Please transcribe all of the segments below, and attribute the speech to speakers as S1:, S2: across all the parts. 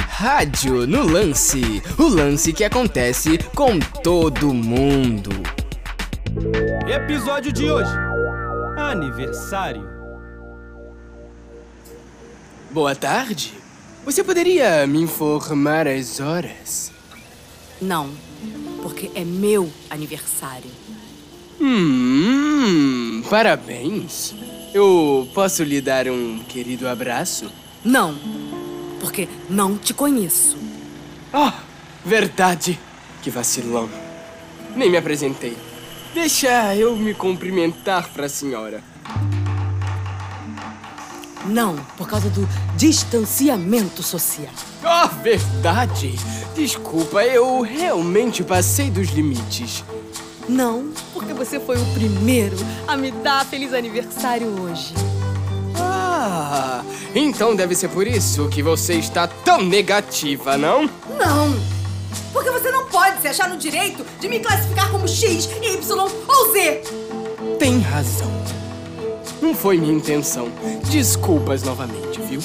S1: Rádio no Lance. O lance que acontece com todo mundo.
S2: Episódio de hoje: Aniversário.
S1: Boa tarde. Você poderia me informar as horas?
S3: Não, porque é meu aniversário.
S1: Hum, parabéns. Eu posso lhe dar um querido abraço?
S3: Não, porque não te conheço.
S1: Ah, verdade. Que vacilão. Nem me apresentei. Deixa eu me cumprimentar pra senhora.
S3: Não, por causa do distanciamento social.
S1: Ah, verdade. Desculpa, eu realmente passei dos limites.
S3: Não, porque você foi o primeiro a me dar feliz aniversário hoje.
S1: Ah, então deve ser por isso que você está tão negativa, não?
S4: Não! Porque você não pode se achar no direito de me classificar como X, Y ou Z!
S1: Tem razão. Não foi minha intenção. Desculpas novamente, viu?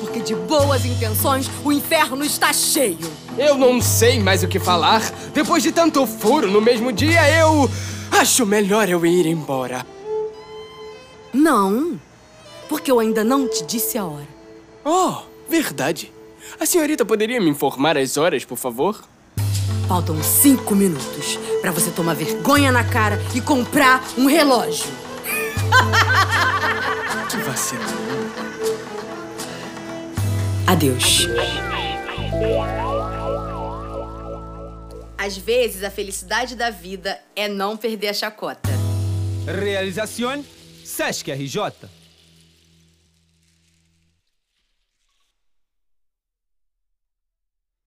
S3: Porque de boas intenções o inferno está cheio.
S1: Eu não sei mais o que falar. Depois de tanto furo no mesmo dia, eu. Acho melhor eu ir embora.
S3: Não, porque eu ainda não te disse a hora.
S1: Oh, verdade. A senhorita poderia me informar as horas, por favor?
S3: Faltam cinco minutos para você tomar vergonha na cara e comprar um relógio.
S1: Que vacilão.
S3: Adeus.
S4: Às vezes, a felicidade da vida é não perder a chacota.
S2: Realização Sesc RJ.